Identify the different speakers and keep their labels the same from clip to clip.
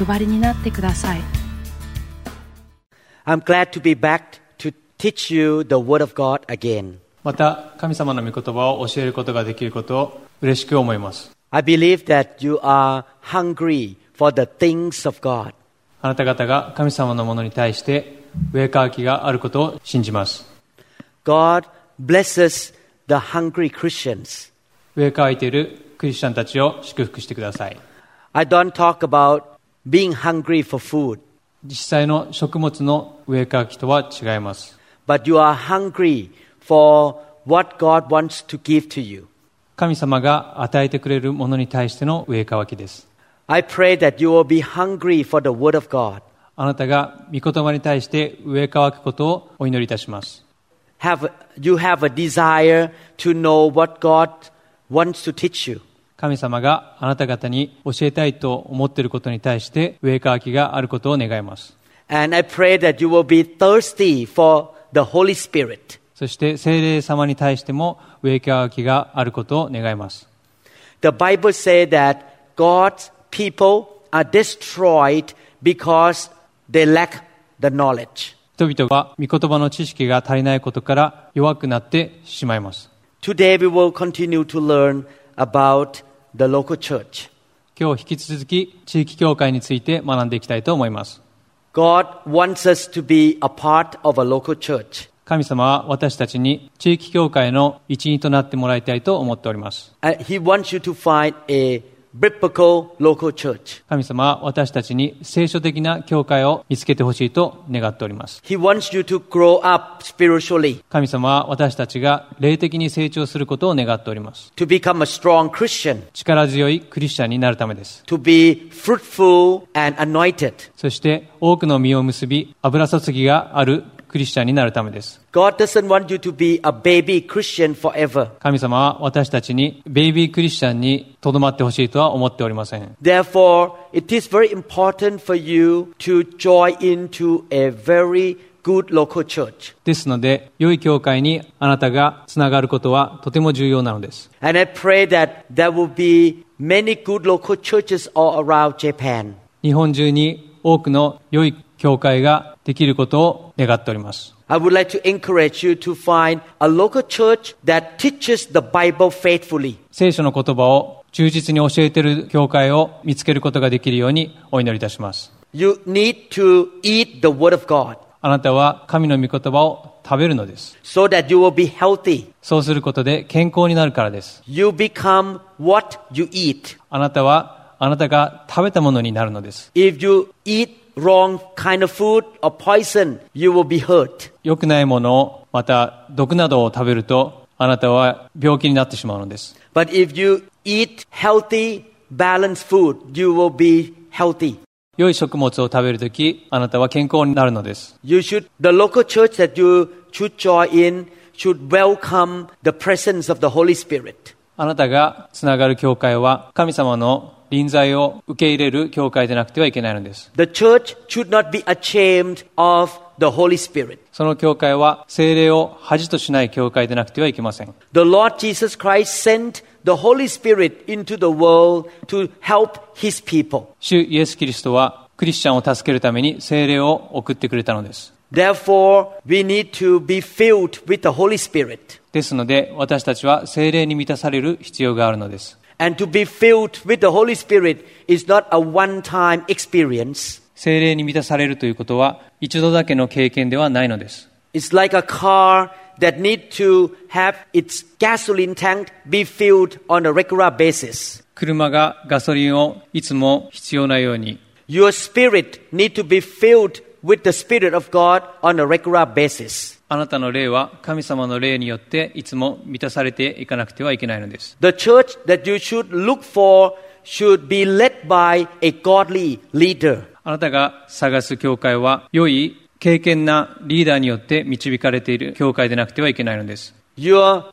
Speaker 1: お配りになってください
Speaker 2: I'm glad to be back to teach you the Word of God again.
Speaker 3: また神様の御言葉を教えることができることを嬉しく思います
Speaker 2: I believe that you are hungry for the things of God.
Speaker 3: あなた方が神様のものに対して上かわきがあることを信じます
Speaker 2: God blesses the hungry Christians.
Speaker 3: 上かわいているクリスチャンたちを祝福してください
Speaker 2: I don't talk about being hungry for food,
Speaker 3: 実際の食物の上かわきとは違います
Speaker 2: but you are hungry for what God wants to give to you.
Speaker 3: 神様が与えてくれるものに対しての上かわきです
Speaker 2: I pray that you will be hungry for the Word of God.
Speaker 3: あなたが御言葉に対して上かわくことをお祈りいたします
Speaker 2: Have, you have a desire to know what God wants to teach you.
Speaker 3: 神様があなた方に教えたいと思っていることに対して上かわきがあることを願います
Speaker 2: And I pray that you will be thirsty for the Holy Spirit.
Speaker 3: そして聖霊様に対しても上かわきがあることを願います。
Speaker 2: The Bible says that God's people are destroyed because they lack the knowledge.
Speaker 3: 人々は御言葉の知識が足りないことから弱くなってしまいます。
Speaker 2: Today we will continue to learn about the local church.
Speaker 3: 今日引き続き地域教会について学んでいきたいと思います。
Speaker 2: God wants us to be a part of a local church.
Speaker 3: 神様は私たちに地域教会の一員となってもらいたいと思っております。
Speaker 2: And Uh, he wants you to find a biblical local church.
Speaker 3: 神様は私たちに聖書的な教会を見つけてほしいと願っております。
Speaker 2: He wants you to grow up spiritually,
Speaker 3: 神様は私たちが霊的に成長することを願っております。
Speaker 2: to become a strong Christian,
Speaker 3: 力強いクリスチャンになるためです。
Speaker 2: to be fruitful and anointed.
Speaker 3: そして多くの実を結び油注ぎがあるクリスチャンになるためです
Speaker 2: God doesn't want you to be a baby Christian forever.
Speaker 3: 神様は私たちにベイビークリスチャンにとどまってほしいとは思っておりません
Speaker 2: Therefore, it is very important for you to join into a very good local church.
Speaker 3: ですので良い教会にあなたがつながることはとても重要なのです
Speaker 2: And I pray that there will be many good local churches all around Japan.
Speaker 3: 日本中に多くの良い教会ができることを願っております
Speaker 2: I would like to encourage you to find a local church that teaches the Bible faithfully.
Speaker 3: 聖書の言葉を忠実に教えている教会を見つけることができるようにお祈りいたします
Speaker 2: You need to eat the Word of God
Speaker 3: あなたは神の御言葉を食べるのです
Speaker 2: so that you will be healthy.
Speaker 3: そうすることで健康になるからです
Speaker 2: You become what you eat.
Speaker 3: あなたはあなたが食べたものになるのです。
Speaker 2: If you eat wrong kind of food or poison, you will be hurt.
Speaker 3: 良くないものを、また毒などを食べると、あなたは病気になってしまうのです。
Speaker 2: But if you eat healthy, balanced food, you will be healthy.
Speaker 3: 良い食物を食べるとき、あなたは健康になるのです。
Speaker 2: You should, the local church that you should join in should welcome the presence of the Holy Spirit.
Speaker 3: あなたがつながる教会は、神様の臨在を受け入れる教会でなくてはいけないのです。
Speaker 2: The church should not be ashamed of the Holy Spirit.
Speaker 3: その教会は、精霊を恥としない教会でなくてはいけません。
Speaker 2: The Lord Jesus Christ sent the Holy Spirit into the world to help his people.
Speaker 3: 主イエス・キリストは、クリスチャンを助けるために精霊を送ってくれたのです。
Speaker 2: Therefore, we need to be filled with the Holy Spirit.
Speaker 3: ですので、私たちは精霊に満たされる必要があるのです。
Speaker 2: And to be filled with the Holy Spirit is not a one time experience.
Speaker 3: 精霊に満たされるということは一度だけの経験ではないのです。
Speaker 2: It's like a car that need to have its gasoline tank be filled on a regular basis.
Speaker 3: 車がガソリンをいつも必要なように、
Speaker 2: Your spirit need to be filled with the Spirit of God on a regular basis.
Speaker 3: あなたの霊は神様の霊によっていつも満たされていかなくてはいけないのです。
Speaker 2: The church that you should look for should be led by a godly leader.
Speaker 3: あなたが探す教会は良い敬虔なリーダーによって導かれている教会でなくてはいけないのです
Speaker 2: Your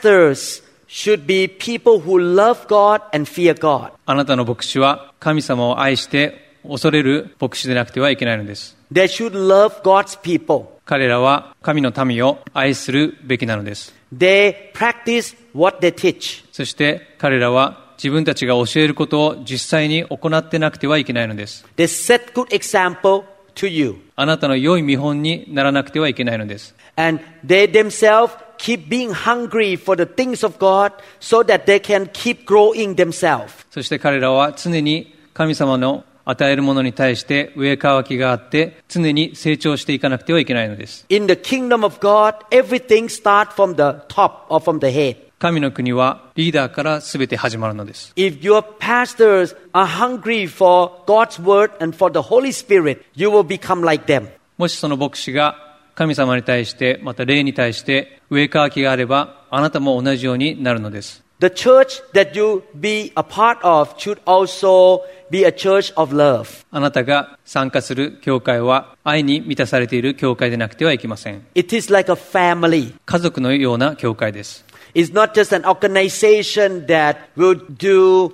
Speaker 2: pastors should be people who love God and fear God.
Speaker 3: あなたの牧師は神様を愛して恐れる牧師でなくてはいけないのです
Speaker 2: They should love God's people.
Speaker 3: 彼らは神の民を愛するべきなのです
Speaker 2: They practice what they teach.
Speaker 3: そして彼らは自分たちが教えることを実際に行ってなくてはいけないのです
Speaker 2: They set good example to you.
Speaker 3: あなたの良い見本にならなくてはいけないのです
Speaker 2: And they themselves keep being hungry for the things of God so that they can keep growing themselves.
Speaker 3: そして彼らは常に神様の与えるものに対して上乾きがあって常に成長していかなくてはいけないのです
Speaker 2: In the kingdom of God, everything starts from the top or from the head.
Speaker 3: 神の国はリーダーから全て始まるのです
Speaker 2: If your pastors are hungry for God's word and for the Holy Spirit, you will become like them.
Speaker 3: もしその牧師が神様に対してまた霊に対して上乾きがあればあなたも同じようになるのです
Speaker 2: The church that you be a part of should also be a church of love.
Speaker 3: あなたが参加する教会は愛に満たされている教会でなくてはいけません
Speaker 2: It is like a family.
Speaker 3: 家族のような教会です
Speaker 2: It's not just an organization that will do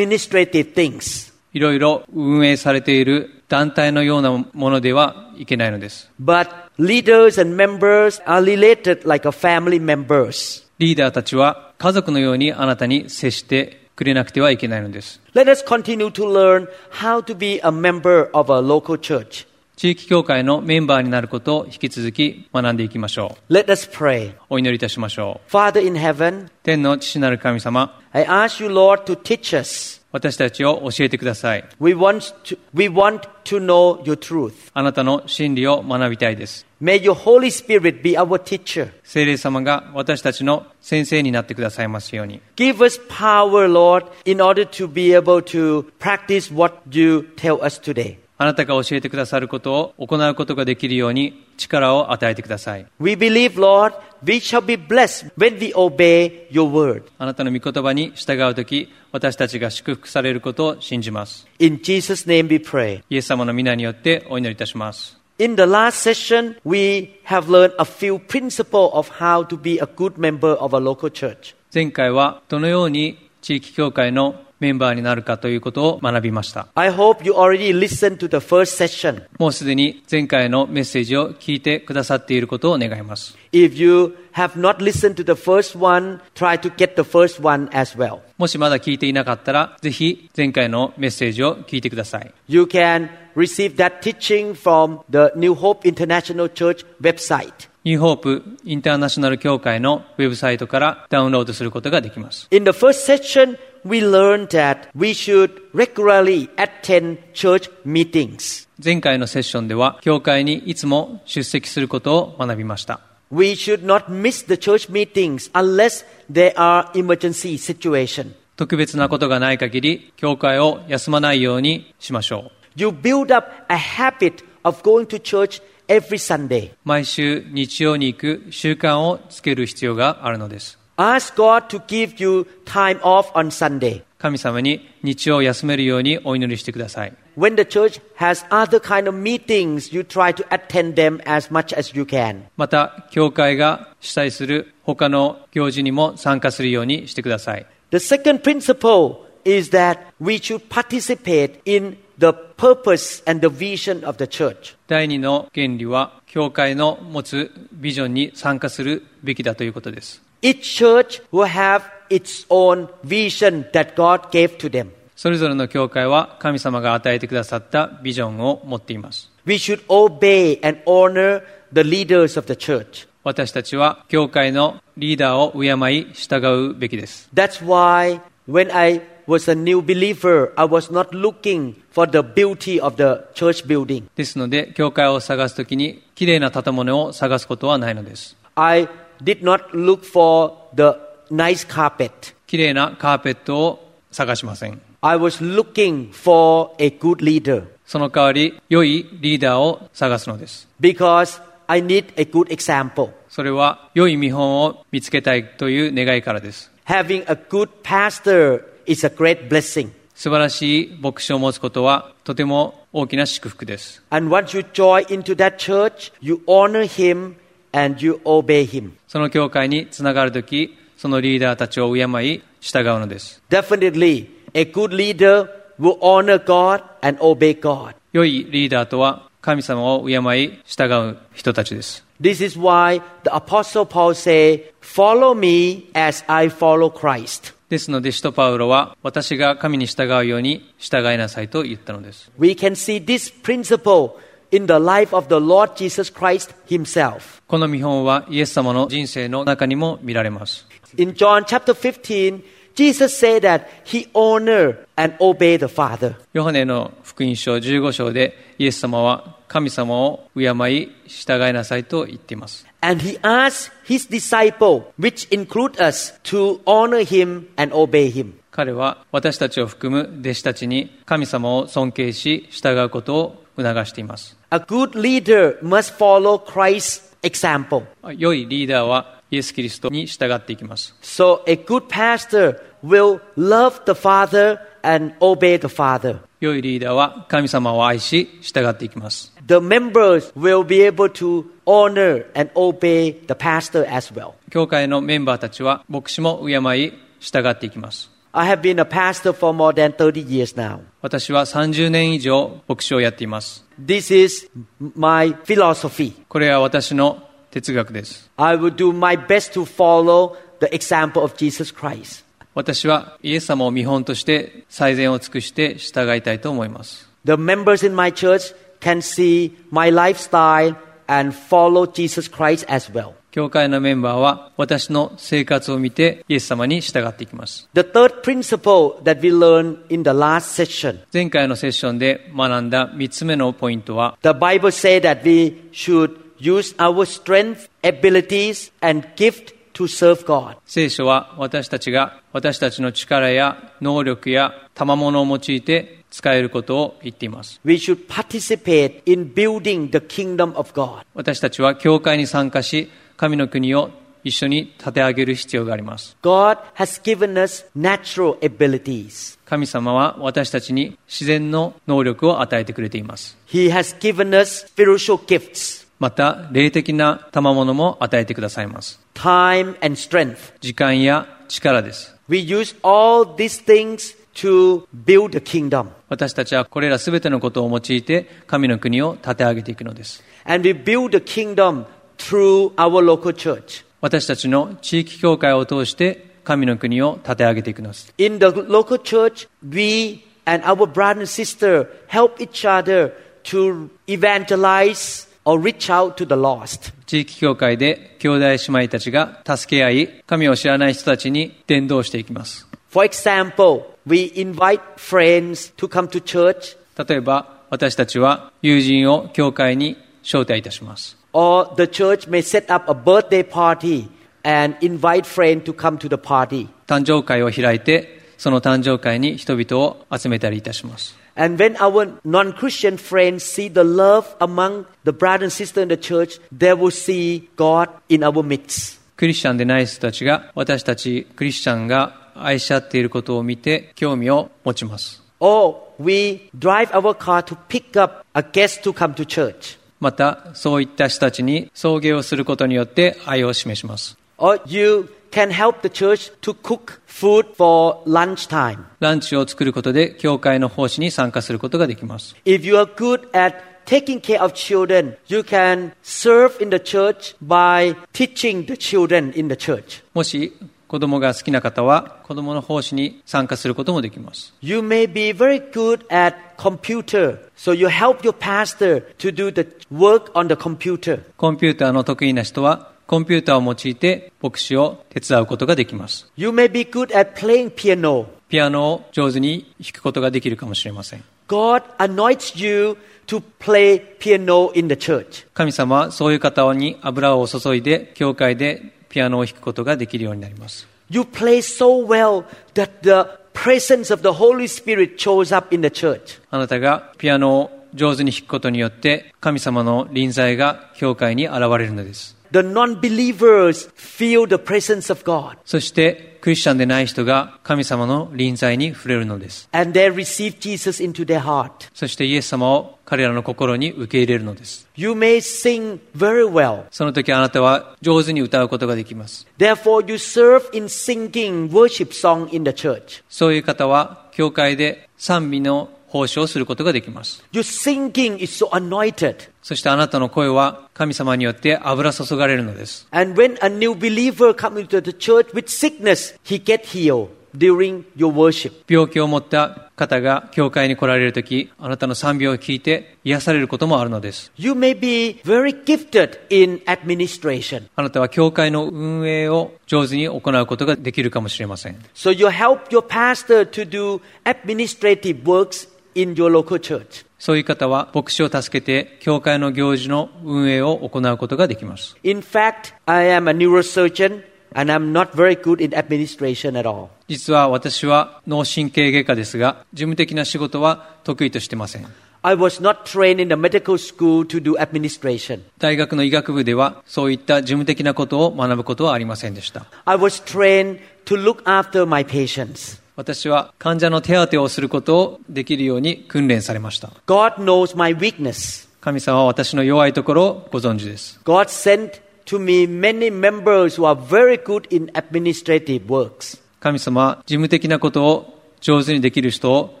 Speaker 2: administrative things,
Speaker 3: いろいろ運営されている団体のようなものではいけないのです
Speaker 2: but leaders and members are related like a family members.
Speaker 3: リーダーたちは家族のようにあなたに接してくれなくてはいけないのです
Speaker 2: Let us continue to learn how to be a member of a local church.
Speaker 3: 地域教会のメンバーになることを引き続き学んでいきましょ
Speaker 2: Let us pray.
Speaker 3: うお祈りいたしましょう
Speaker 2: Father in heaven,
Speaker 3: 天の父なる神様
Speaker 2: I ask you, Lord, to teach us.
Speaker 3: 私たちを教えてください
Speaker 2: We want to, we want to know your truth.
Speaker 3: あなたの真理を学びたいです
Speaker 2: May your Holy Spirit be our teacher.
Speaker 3: 聖霊様が私たちの先生になってくださいますように
Speaker 2: Give us power, Lord, in order to be able to practice what you tell us today.
Speaker 3: あなたが教えてくださることを行うことができるように力を与えてください
Speaker 2: We believe, Lord, we shall be blessed when we obey your word.
Speaker 3: あなたの御言葉に従うとき私たちが祝福されることを信じます
Speaker 2: In Jesus' name we pray.
Speaker 3: イエス様の皆によってお祈りいたします
Speaker 2: In the last session, we have learned a few principles of how to be a good member of a local church.
Speaker 3: 前回はどのように地域協会のメンバーになるかということを学びました
Speaker 2: I hope you already listened to the first session.
Speaker 3: もうすでに前回のメッセージを聞いてくださっていることを願います
Speaker 2: If you have not listened to the first one, try to get the first one as well.
Speaker 3: もしまだ聞いていなかったらぜひ前回のメッセージを聞いてください
Speaker 2: You can receive that teaching from the New Hope International Church website.
Speaker 3: ニューホープインターナショナル協会のウェブサイトからダウンロードすることができます
Speaker 2: In the first session, we learned that we should regularly attend church meetings.
Speaker 3: 前回のセッションでは教会にいつも出席することを学びました
Speaker 2: We should not miss the church meetings unless there are emergency situation.
Speaker 3: 特別なことがない限り教会を休まないようにしましょう
Speaker 2: You build up a habit of going to church every Sunday.
Speaker 3: 毎週日曜に行く習慣をつける必要があるのです
Speaker 2: Ask God to give you time off on Sunday.
Speaker 3: 神様に日曜を休めるようにお祈りしてください
Speaker 2: When the church has other kind of meetings, you try to attend them as much as you can.
Speaker 3: また教会が主催する他の行事にも参加するようにしてください
Speaker 2: The second principle is that we should participate in the purpose and the vision of the church.
Speaker 3: 第二の原理は教会の持つビジョンに参加するべきだということです
Speaker 2: Each church will have its own vision that God gave to them.
Speaker 3: それぞれの教会は神様が与えてくださったビジョンを持っています
Speaker 2: We should obey and honor the leaders of the church.
Speaker 3: 私たちは教会のリーダーを敬い従うべきです
Speaker 2: That's why when I was a new believer, I was not looking for the beauty of the church building.
Speaker 3: ですので教会を探すときにきれいな建物を探すことはないのです
Speaker 2: I did not look for the nice carpet.
Speaker 3: きれいなカーペットを探しません
Speaker 2: I was looking for a good leader
Speaker 3: その代わり良いリーダーを探すのです
Speaker 2: because I need a good example.
Speaker 3: それは良い見本を見つけたいという願いからです
Speaker 2: Having a good pastor is a great blessing.
Speaker 3: 素晴らしい牧師を持つことはとても大きな祝福です。
Speaker 2: And once you join into that church, you honor him and you obey him.
Speaker 3: その教会につながるとき、そのリーダーたちを敬い、従うのです。
Speaker 2: Definitely, a good leader will honor God and obey God.
Speaker 3: 良いリーダーとは神様を敬い、従う人たちです。
Speaker 2: This is why the apostle Paul say, "Follow me as I follow Christ."
Speaker 3: ですので、使徒パウロは、私が神に従うように従いなさいと言ったのです。
Speaker 2: We can see this principle in the life of the Lord Jesus Christ himself.
Speaker 3: この見本はイエス様の人生の中にも見られます。
Speaker 2: In John chapter 15, Jesus said that he honor and obey the Father.
Speaker 3: ヨハネの福音書15章でイエス様は神様を敬い従いなさいと言っています。
Speaker 2: And he asked his disciple, which include us, to honor him and obey him.
Speaker 3: 彼は私たちを含む弟子たちに神様を尊敬し従うことを促しています。
Speaker 2: A good leader must follow Christ's example.
Speaker 3: 良いリーダーはイエス・キリストに従っていきます。
Speaker 2: So a good pastor will love the Father and obey the Father.
Speaker 3: 良いリーダーは神様を愛し従っていきます。
Speaker 2: The members will be able to honor and obey the pastor as well.
Speaker 3: 教会のメンバーたちは牧師も敬い従っていきます。
Speaker 2: I have been a pastor for more than 30 years now.
Speaker 3: 私は30年以上牧師をやっています。
Speaker 2: This is my philosophy.
Speaker 3: これは私の哲学です。
Speaker 2: I will do my best to follow the example of Jesus Christ.
Speaker 3: 私はイエス様を見本として最善を尽くして従いたいと思います。
Speaker 2: The members in my church can see my lifestyle and follow Jesus Christ as well.
Speaker 3: 教会のメンバーは私の生活を見てイエス様に従っていきます。
Speaker 2: The third principle that we learned in the last session
Speaker 3: 前回のセッションで学んだ3つ目のポイントは
Speaker 2: The Bible says that we should use our strength, abilities, and gift to serve God.
Speaker 3: 聖書は私たちが私たちの力や能力や賜物を用いて使えることを言っています。
Speaker 2: We should participate in building the kingdom of God.
Speaker 3: 私たちは教会に参加し神の国を一緒に立て上げる必要があります。
Speaker 2: God has given us natural abilities.
Speaker 3: 神様は私たちに自然の能力を与えてくれています。
Speaker 2: He has given us spiritual gifts,
Speaker 3: また霊的な賜物も与えてくださいます
Speaker 2: time and strength.
Speaker 3: 時間や力です
Speaker 2: We use all these things to build the kingdom.
Speaker 3: 私たちはこれらすべてのことを用いて神の国を立て上げていくのです
Speaker 2: And we build the kingdom through our local church.
Speaker 3: 私たちの地域教会を通して神の国を立て上げていくのです
Speaker 2: In the local church, we and our brother and sister help each other to evangelize or reach out to the lost.
Speaker 3: 地域教会で兄弟姉妹たちが助け合い神を知らない人たちに伝道していきます
Speaker 2: For example, we invite friends to come to church
Speaker 3: 例えば私たちは友人を教会に招待いたします
Speaker 2: or the church may set up a birthday party and invite friends to come to the party.
Speaker 3: 誕生会を開いてその誕生会に人々を集めたりいたします
Speaker 2: And when our non-Christian friends see the love among the brother and sister in the church, they will see God in our midst.
Speaker 3: クリスチャンでない人たちが私たちクリスチャンが愛し合っていることを見て興味を持ちます
Speaker 2: Or we drive our car to pick up a guest to come to church.
Speaker 3: またそういった人たちに送迎をすることによって愛を示します
Speaker 2: Or you can help the church to cook food for lunchtime.
Speaker 3: ランチを作ることで教会の奉仕に参加することができます
Speaker 2: If you are good at taking care of children, you can serve in the church by teaching the children in the church.
Speaker 3: もし子供が好きな方は子供の奉仕に参加することもできます
Speaker 2: You may be very good at computer, so you help your pastor to do the work on the computer.
Speaker 3: コンピューターの得意な人はコンピューターを用いて牧師を手伝うことができます
Speaker 2: You may be good at playing piano.
Speaker 3: ピアノを上手に弾くことができるかもしれません
Speaker 2: God anoints you to play piano in the church.
Speaker 3: 神様はそういう方に油を注いで教会でピアノを弾くことができるようになります
Speaker 2: You play so well that the presence of the Holy Spirit shows up in the church.
Speaker 3: あなたがピアノを上手に弾くことによって神様の臨在が教会に現れるのです
Speaker 2: The non believers feel the presence of God
Speaker 3: そしてクリスチャンでない人が神様の臨在に触れるのです
Speaker 2: and they receive Jesus into their heart.
Speaker 3: そしてイエス様を彼らの心に受け入れるのです
Speaker 2: You may sing very well.
Speaker 3: その時あなたは上手に歌うことができます
Speaker 2: Therefore, you serve in singing worship song in the church.
Speaker 3: そういう方は教会で賛美の奉仕をすることができます
Speaker 2: Your singing is so anointed.
Speaker 3: そしてあなたの声は神様によって油注がれるのです
Speaker 2: And when a new believer comes into the church with sickness, he get healed during your worship.
Speaker 3: 病気を持った方が教会に来られる時あなたの賛美を聞いて癒されることもあるのです
Speaker 2: You may be very gifted in administration.
Speaker 3: あなたは教会の運営を上手に行うことができるかもしれません
Speaker 2: So you help your pastor to do administrative works in your local church.
Speaker 3: そういう方は牧師を助けて教会の行事の運営を行うことができます
Speaker 2: In fact, I am a neurosurgeon and I'm not very good in administration at all.
Speaker 3: 実は私は脳神経外科ですが事務的な仕事は得意としてません
Speaker 2: I was not trained in the medical school to do administration.
Speaker 3: 大学の医学部ではそういった事務的なことを学ぶことはありませんでした
Speaker 2: I was trained to look after my patients.
Speaker 3: 私は患者の手当てをすることをできるように訓練されました
Speaker 2: God knows my weakness.
Speaker 3: 神様は私の弱いところをご存知です
Speaker 2: God sent to me many members who are very good in administrative works.
Speaker 3: 神様は事務的なことを上手にできる人を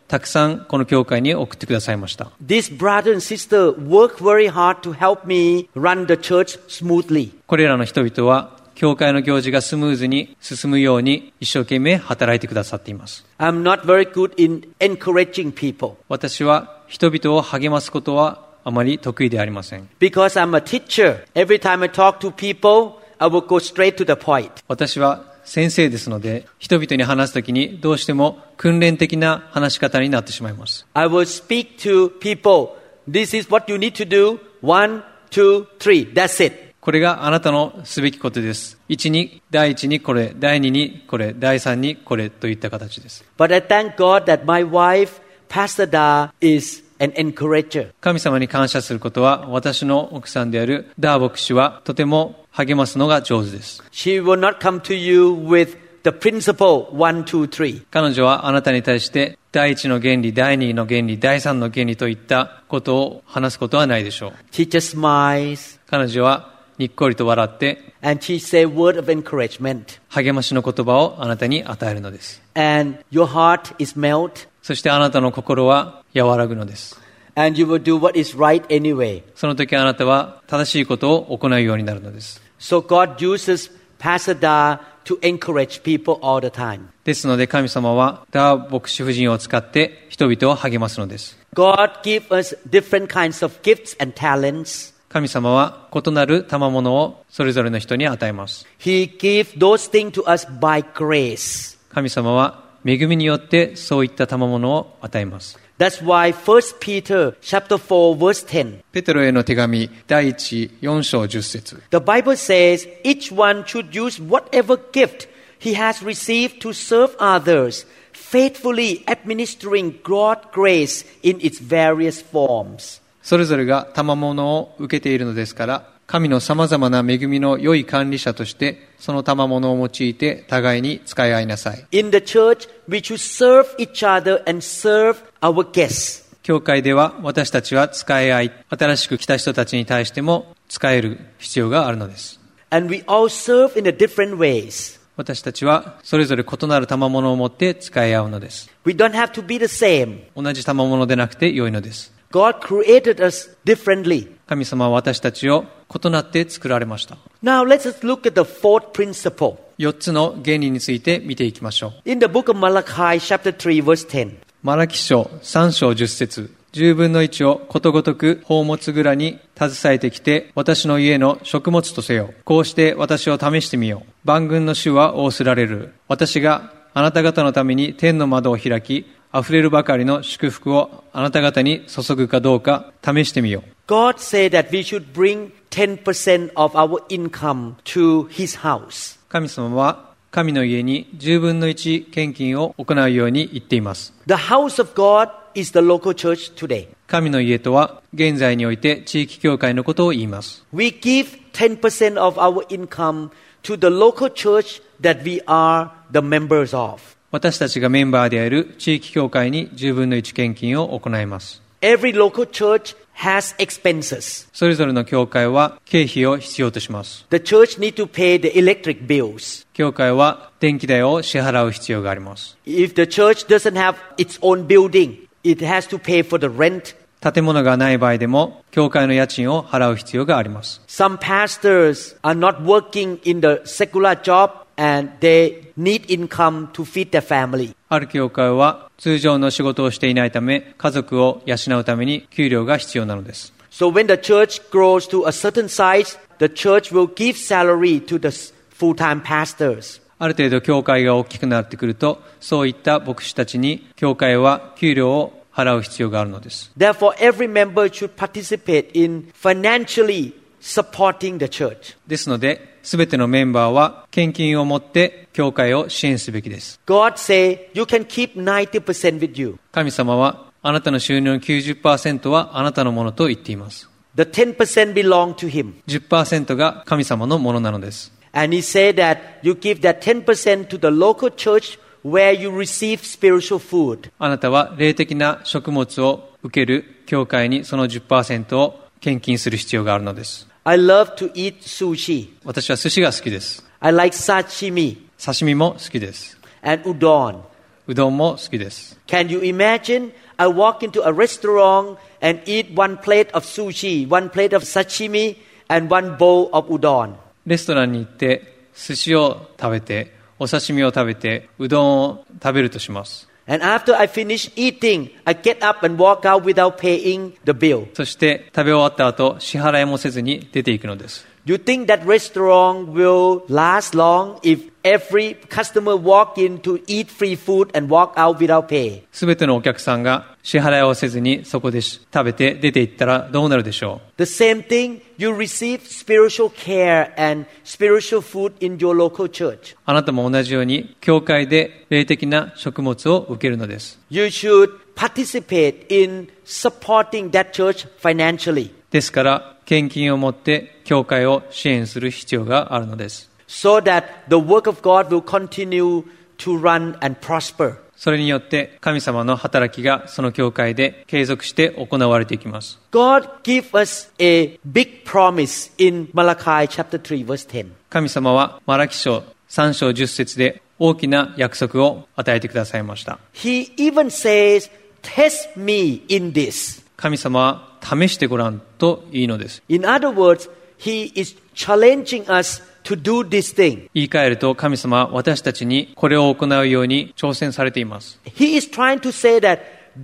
Speaker 3: たくさんこの教会に送ってくださいました
Speaker 2: These brother and sister work very hard to help me run the church smoothly.
Speaker 3: これらの人々は教会の行事がスムーズに進むように一生懸命働いてくださっています
Speaker 2: I'm not very good in encouraging people
Speaker 3: 私は人々を励ますことはあまり得意ではありません
Speaker 2: because I'm a teacher. Every time I talk to people, I will go straight to the point.
Speaker 3: 私は先生ですので人々に話すときにどうしても訓練的な話し方になってしまいます
Speaker 2: I will speak to people. This is what you need to do. One, two, three. That's it.
Speaker 3: これがあなたのすべきことです1に第1にこれ第2にこれ第3にこれといった形です
Speaker 2: But I thank God that my wife, Pastor Da, is an encourager.
Speaker 3: 神様に感謝することは私の奥さんであるダー牧師はとても励ますのが上手です
Speaker 2: She will not come to you with the principle one, two, three.
Speaker 3: 彼女はあなたに対して第一の原理第二の原理第三の原理といったことを話すことはないでしょう
Speaker 2: She just smiles
Speaker 3: 彼女はにっこりと笑って
Speaker 2: and she say word of encouragement.
Speaker 3: 励ましの言葉をあなたに与えるのです
Speaker 2: And your heart is melt
Speaker 3: そしてあなたの心は和らぐのです
Speaker 2: and you will do what is right anyway.
Speaker 3: その時あなたは正しいことを行うようになるのです
Speaker 2: So God uses Pastor Da to encourage people all the time.
Speaker 3: ですので神様はダー牧師夫人を使って人々を励ますのです
Speaker 2: God give us different kinds of gifts and talents.
Speaker 3: 神様は異なる賜物をそれぞれの人に与えます
Speaker 2: He give those things to us by grace.
Speaker 3: 神様は恵みによってそういった賜物を与えます
Speaker 2: That's why 1 Peter chapter 4 verse 10.
Speaker 3: ペテロへの手紙第14章10節
Speaker 2: The Bible says each one should use whatever gift he has received to serve others, faithfully administering God's grace in its various forms.
Speaker 3: それぞれが賜物を受けているのですから神の様々な恵みの良い管理者としてその賜物を用いて互いに使い合いなさい
Speaker 2: In the church, we should serve each other and serve our guests.
Speaker 3: 教会では私たちは使い合い新しく来た人たちに対しても使える必要があるのです
Speaker 2: And we all serve in a different ways.
Speaker 3: 私たちはそれぞれ異なる賜物を持って使い合うのです
Speaker 2: We don't have to be the same.
Speaker 3: 同じ賜物でなくて良いのです
Speaker 2: God created us differently.
Speaker 3: 神様は私たちを異なって作られました
Speaker 2: Now let's just look at the fourth principle.
Speaker 3: 4つの原理について見ていきましょう
Speaker 2: In the book of Malachi, chapter 3, verse 10,
Speaker 3: マラキ書3章10節十分の一をことごとく宝物蔵に携えてきて私の家の食物とせよこうして私を試してみよう万軍の主は仰せられる私があなた方のために天の窓を開き溢れるばかりの祝福をあなた方に注ぐかどうか試してみよう
Speaker 2: God said that we should bring 10% of our income to His house.
Speaker 3: 神様は神の家に十分の一献金を行うように言っています
Speaker 2: The house of God is the local church today.
Speaker 3: 神の家とは現在において地域教会のことを言います
Speaker 2: We give 10% of our income to the local church that we are the members of.
Speaker 3: 私たちがメンバーである地域協会に10分の1献金を行います。
Speaker 2: Every local church has expenses.
Speaker 3: それぞれの教会は経費を必要とします。
Speaker 2: The church need to pay the electric bills.
Speaker 3: 教会は電気代を支払う必要があります。
Speaker 2: If the church doesn't have its own building, it has to pay for the rent.
Speaker 3: 建物がない場合でも、教会の家賃を払う必要があります。
Speaker 2: Some pastors are not working in the secular job and they need income to feed their family.
Speaker 3: ある教会は通常の仕事をしていないため、家族を養うために給料が必要なのです。
Speaker 2: So when the church grows to a certain size, the church will give salary to the s- full-time pastors.
Speaker 3: ある程度教会が大きくなってくると、そういった牧師たちに教会は給料を払う必要があるのです。
Speaker 2: Therefore, every member should participate in financially supporting the church.
Speaker 3: ですので、すべてのメンバーは献金を持って教会を支援すべきです。
Speaker 2: God say you can keep 90% with you.
Speaker 3: 神様は、あなたの収入の90%はあなたのものと言っています。
Speaker 2: The 10% belong to him.
Speaker 3: 10%が神様のものなのです。
Speaker 2: And he said that you give that 10% to the local church where you receive spiritual food.
Speaker 3: あなたは霊的な食物を受ける教会にその10%を献金する必要があるのです。
Speaker 2: I love to eat sushi.
Speaker 3: 私は寿司が好きです。
Speaker 2: I like sashimi
Speaker 3: 刺身も好きです。
Speaker 2: and udon.
Speaker 3: うどんも好きです。
Speaker 2: Can you imagine? I walk into a restaurant and eat one plate of sushi, one plate of sashimi, and one bowl of udon.
Speaker 3: レストランに行って寿司を食べて、お刺身を食べて、うどんを食べるとします。
Speaker 2: And after I finish eating, I get up and walk out without paying the bill.
Speaker 3: そして食べ終わった後、支払いもせずに出ていくのです。
Speaker 2: You think that restaurant will last long if every customer walk in to eat free food and walk out without pay?
Speaker 3: すべてのお客さんが支払いをせずにそこでし食べて出て行ったらどうなるでしょ
Speaker 2: The
Speaker 3: う
Speaker 2: same thing, you receive spiritual care and spiritual food in your local church.
Speaker 3: あなたも同じように、教会で霊的な食物を受けるのです。
Speaker 2: You should participate in supporting that church financially.
Speaker 3: ですから、献金を持って教会を支援する必要があるのです。
Speaker 2: so that the work of God will continue to run and prosper.
Speaker 3: それによって神様の働きがその教会で継続して行われていきます。
Speaker 2: God gave us a big promise in Malachi chapter 3 verse 10.
Speaker 3: 神様はマラキ書3章10節で大きな約束を与えてくださいました。
Speaker 2: He even says, "Test me in this."
Speaker 3: 神様は試してごらんといいのです。
Speaker 2: In other words, he is challenging us to do this thing.
Speaker 3: 言い換えると神様は私たちにこれを行うように挑戦されています。
Speaker 2: He is trying to say that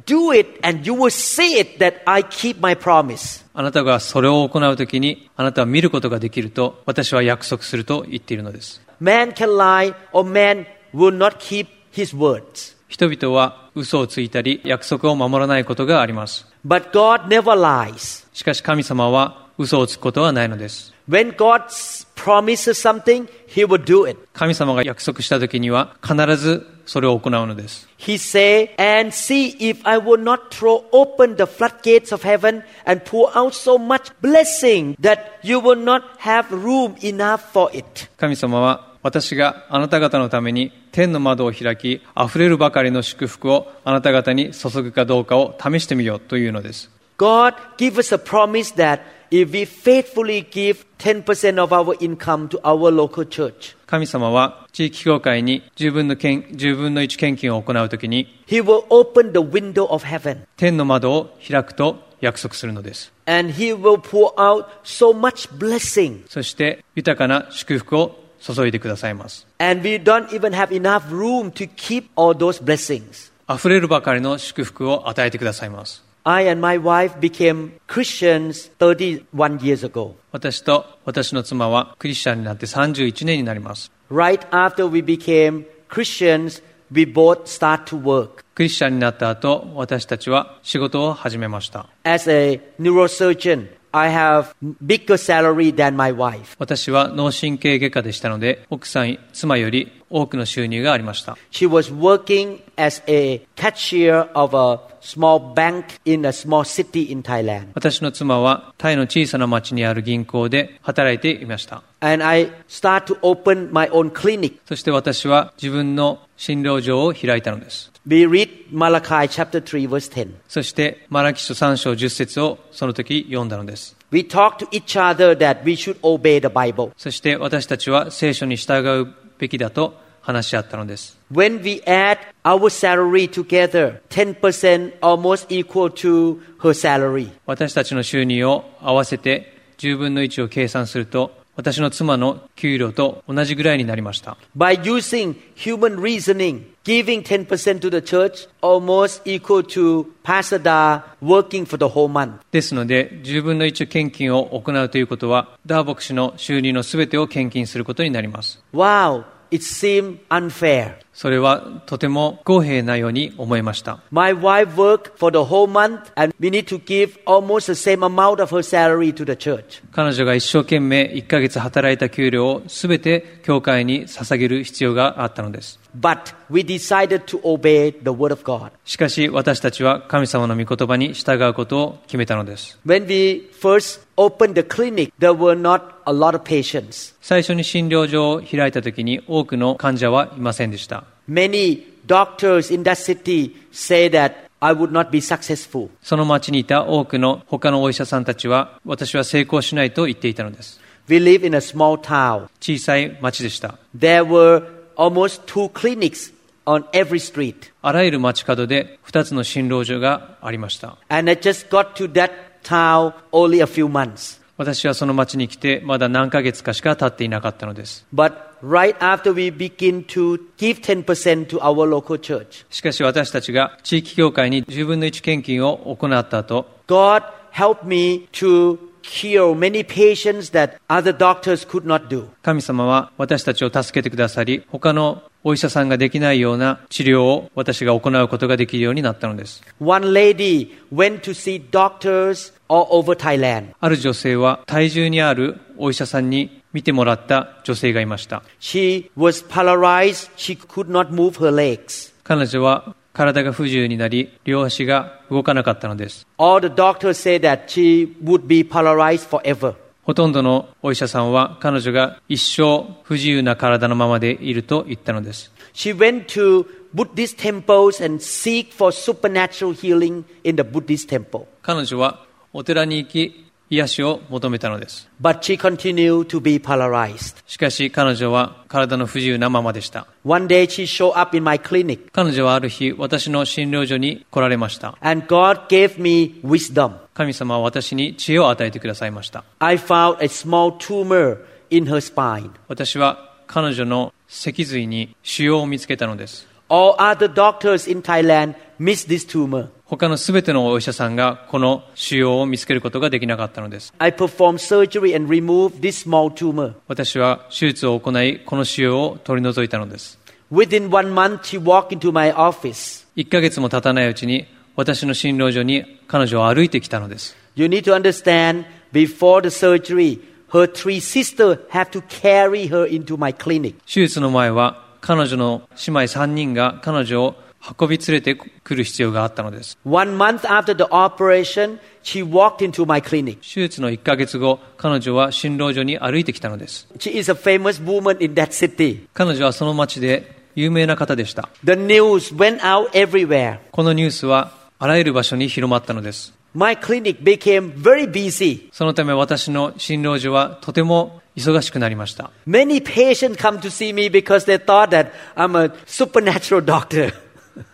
Speaker 2: do it and you will see it that I keep my promise.
Speaker 3: あなたがそれを行うときにあなたは見ることができると私は約束すると言っているのです。
Speaker 2: Man can lie or man will not keep his words.
Speaker 3: 人々は嘘をついたり約束を守らないことがあります。
Speaker 2: But God never lies.
Speaker 3: しかし神様は嘘をつくことはないのです。
Speaker 2: When God s- promises something, He will do it.
Speaker 3: 神様が約束したときには必ずそれを行うのです。
Speaker 2: He say, "And see if I will not throw open the floodgates of heaven and pour out so much blessing that you will not have room enough for it."
Speaker 3: 神様は私があなた方のために天の窓を開き溢れるばかりの祝福をあなた方に注ぐかどうかを試してみようというのです
Speaker 2: God give us a promise that if we faithfully give 10% of our income to our local church,
Speaker 3: 神様は地域教会に10分の献10分の1献金を行うときに
Speaker 2: He will open the window of heaven
Speaker 3: 天の窓を開くと約束するのです
Speaker 2: and He will pour out so much blessing
Speaker 3: そして豊かな祝福を注いでくださいます
Speaker 2: and we don't even have enough room to keep all those blessings.
Speaker 3: 溢れるばかりの祝福を与えてくださいます
Speaker 2: I and my wife became Christians 31 years ago,
Speaker 3: 私と私の妻はクリスチャンになって31年になります
Speaker 2: right after we became Christians, we both start to work.
Speaker 3: クリスチャンになった後私たちは仕事を始めました
Speaker 2: As a neurosurgeon, I have bigger salary than my wife.
Speaker 3: 私は脳神経外科でしたので、奥さん、妻より多くの収入がありました。
Speaker 2: She was working as a cashier of a small bank in a small city in Thailand.
Speaker 3: 私の妻はタイの小さな町にある銀行で働いていました。
Speaker 2: And I start to open my own clinic.
Speaker 3: そして私は自分の診療所を開いたのです。
Speaker 2: We read Malachi chapter 3 verse 10.
Speaker 3: そして、マラキ書3章10節をその時読んだのです。
Speaker 2: We talk to each other that we should obey the Bible.
Speaker 3: そして私たちは聖書に従うべきだと話し合ったのです。
Speaker 2: When we add our salary together, 10% almost equal to her salary.
Speaker 3: 私たちの収入を合わせて10分の1を計算すると、私の妻の給料と同じぐらいになりました。
Speaker 2: By using human reasoning, giving 10% to the church almost equal to Pastor Da working for the whole month.
Speaker 3: ですので、10分の1献金を行うということは、ダー牧師の収入のすべてを献金することになります。
Speaker 2: Wow, it seemed unfair.
Speaker 3: それはとても不公平なように思いました。
Speaker 2: My wife worked for the whole month and we need to give almost the same amount of her salary to the church.
Speaker 3: 彼女が一生懸命1ヶ月働いた給料をすべて教会に捧げる必要があったのです。
Speaker 2: But we decided to obey the word of God.
Speaker 3: しかし私たちは神様の御言葉に従うことを決めたのです。
Speaker 2: When we first opened the clinic, there were not a lot of patients.
Speaker 3: 最初に診療所を開いた時に多くの患者はいませんでした。
Speaker 2: Many doctors in that city say that I would not be successful.
Speaker 3: その町にいた多くの他のお医者さんたちは私は成功しないと言っていたのです。
Speaker 2: We live in a small town.
Speaker 3: 小さい町でした。
Speaker 2: There were almost two clinics on every street.
Speaker 3: あらゆる街角で2つの診療所がありました。
Speaker 2: And I just got to that town only a few months.
Speaker 3: 私はその町に来てまだ何ヶ月かしか経っていなかったのです。
Speaker 2: But right after we begin to give 10% to our local church,
Speaker 3: しかし私たちが地域協会に10分の1献金を行った後、
Speaker 2: God helped me to cure many patients that other doctors could not do.
Speaker 3: 神様は私たちを助けてくださり、他のお医者さんができないような治療を私が行うことができるようになったのです。
Speaker 2: One lady went to see doctors all over Thailand.
Speaker 3: ある女性は体重にあるお医者さんに見てもらった女性がいました。
Speaker 2: She was paralyzed. She could not move her legs.
Speaker 3: 彼女は体が不自由になり、両足が動かなかったのです。
Speaker 2: All the doctors said that she would be paralyzed forever.
Speaker 3: ほとんどのお医者さんは彼女が一生不自由な体のままでいると言ったのです。
Speaker 2: She went to Buddhist temples and seek for supernatural healing in the Buddhist temple.
Speaker 3: 彼女はお寺に行き、癒しを求めたのです。
Speaker 2: But she continued to be paralyzed.
Speaker 3: しかし彼女は体の不自由なままでした。
Speaker 2: One day she showed up in my clinic
Speaker 3: 彼女はある日、私の診療所に来られました。
Speaker 2: and God gave me wisdom.
Speaker 3: 神様は私に知恵を与えてくださいました。
Speaker 2: I found a small tumor in her spine.
Speaker 3: 私は彼女の脊髄に腫瘍を見つけたのです。
Speaker 2: All other doctors in Thailand missed this tumor.
Speaker 3: 他のすべてのお医者さんがこの腫瘍を見つけることができなかったのです。
Speaker 2: I performed surgery and removed this small tumor.
Speaker 3: 私は手術を行い、この腫瘍を取り除いたのです。
Speaker 2: Within one month, she walked into my office.
Speaker 3: 1ヶ月も経たないうちに、私の診療所に彼女は歩いてきたのです。
Speaker 2: You need to understand, before the surgery, her three sisters have to carry her into my clinic.
Speaker 3: 手術の前は、彼女の姉妹3人が彼女を運び連れてくる必要があったのです。
Speaker 2: One month after the operation, she walked into my clinic.
Speaker 3: 手術の1ヶ月後、彼女は診療所に歩いてきたのです。
Speaker 2: She is a famous woman in that city.
Speaker 3: 彼女はその町で有名な方でした。
Speaker 2: The news went out everywhere.
Speaker 3: このニュースはあらゆる場所に広まったのです。
Speaker 2: My clinic became very busy.
Speaker 3: そのため私の診療所はとても忙しくなりました。
Speaker 2: Many patients come to see me because they thought that I'm a supernatural doctor.